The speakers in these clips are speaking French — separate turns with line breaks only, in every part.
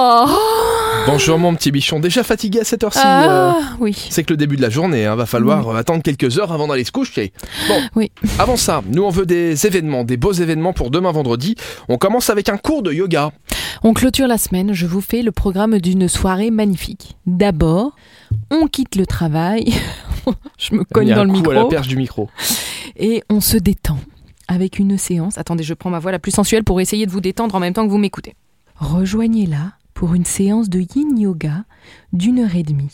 Oh
Bonjour mon petit bichon, déjà fatigué à cette heure-ci. euh,
Ah oui.
C'est que le début de la journée, hein, va falloir euh, attendre quelques heures avant d'aller se coucher. Bon,
Oui.
avant ça, nous on veut des événements, des beaux événements pour demain vendredi. On commence avec un cours de yoga.
On clôture la semaine, je vous fais le programme d'une soirée magnifique. D'abord, on quitte le travail, je me cogne
Il y a
dans
un
le
coup
micro,
à la perche du micro.
et on se détend avec une séance. Attendez, je prends ma voix la plus sensuelle pour essayer de vous détendre en même temps que vous m'écoutez. Rejoignez-la pour une séance de yin yoga d'une heure et demie.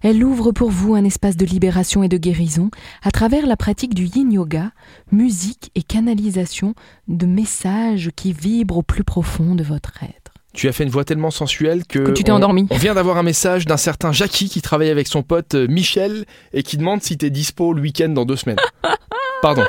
Elle ouvre pour vous un espace de libération et de guérison à travers la pratique du yin yoga, musique et canalisation de messages qui vibrent au plus profond de votre être.
Tu as fait une voix tellement sensuelle que...
Que tu t'es
on-
endormi.
On vient d'avoir un message d'un certain Jackie qui travaille avec son pote euh, Michel et qui demande si t'es dispo le week-end dans deux semaines. Pardon.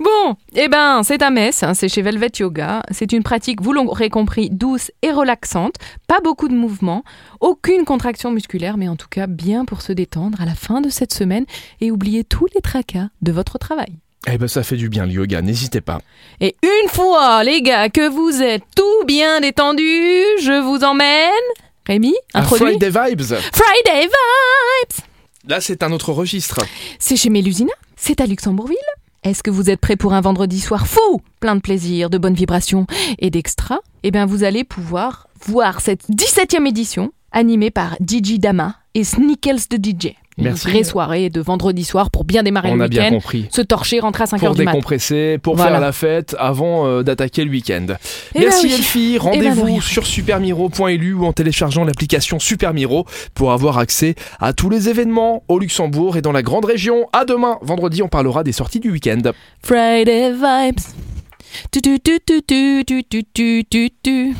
Bon, eh ben, c'est à Metz, hein, c'est chez Velvet Yoga. C'est une pratique, vous l'aurez compris, douce et relaxante. Pas beaucoup de mouvements, aucune contraction musculaire, mais en tout cas bien pour se détendre à la fin de cette semaine et oublier tous les tracas de votre travail.
Eh ben ça fait du bien le yoga, n'hésitez pas.
Et une fois, les gars, que vous êtes tout bien détendus, je vous emmène. Rémi,
Un
introduit.
Friday Vibes
Friday va
Là c'est un autre registre.
C'est chez Mélusina, c'est à Luxembourgville. Est-ce que vous êtes prêts pour un vendredi soir fou, plein de plaisir, de bonnes vibrations et d'extra Eh bien, vous allez pouvoir voir cette 17e édition animée par DJ Dama et Sneakles de DJ.
Merci.
Une vraie soirée de vendredi soir pour bien démarrer
On
le
a bien
week-end,
compris.
se torcher, rentrer à 5
Pour
h du mat.
décompresser, pour
Voilà.
faire la fête avant euh, d'attaquer le week-end.
Eh ben
Merci
oui.
Elfie,
ben de
rendez-vous
rien.
sur supermiro.lu ou en téléchargeant l'application Supermiro pour avoir accès à tous les événements au Luxembourg et dans la grande région. À demain, vendredi, on parlera des sorties du week-end.
Friday vibes. Tu, tu, tu, tu, tu, tu, tu, tu, tu, tu.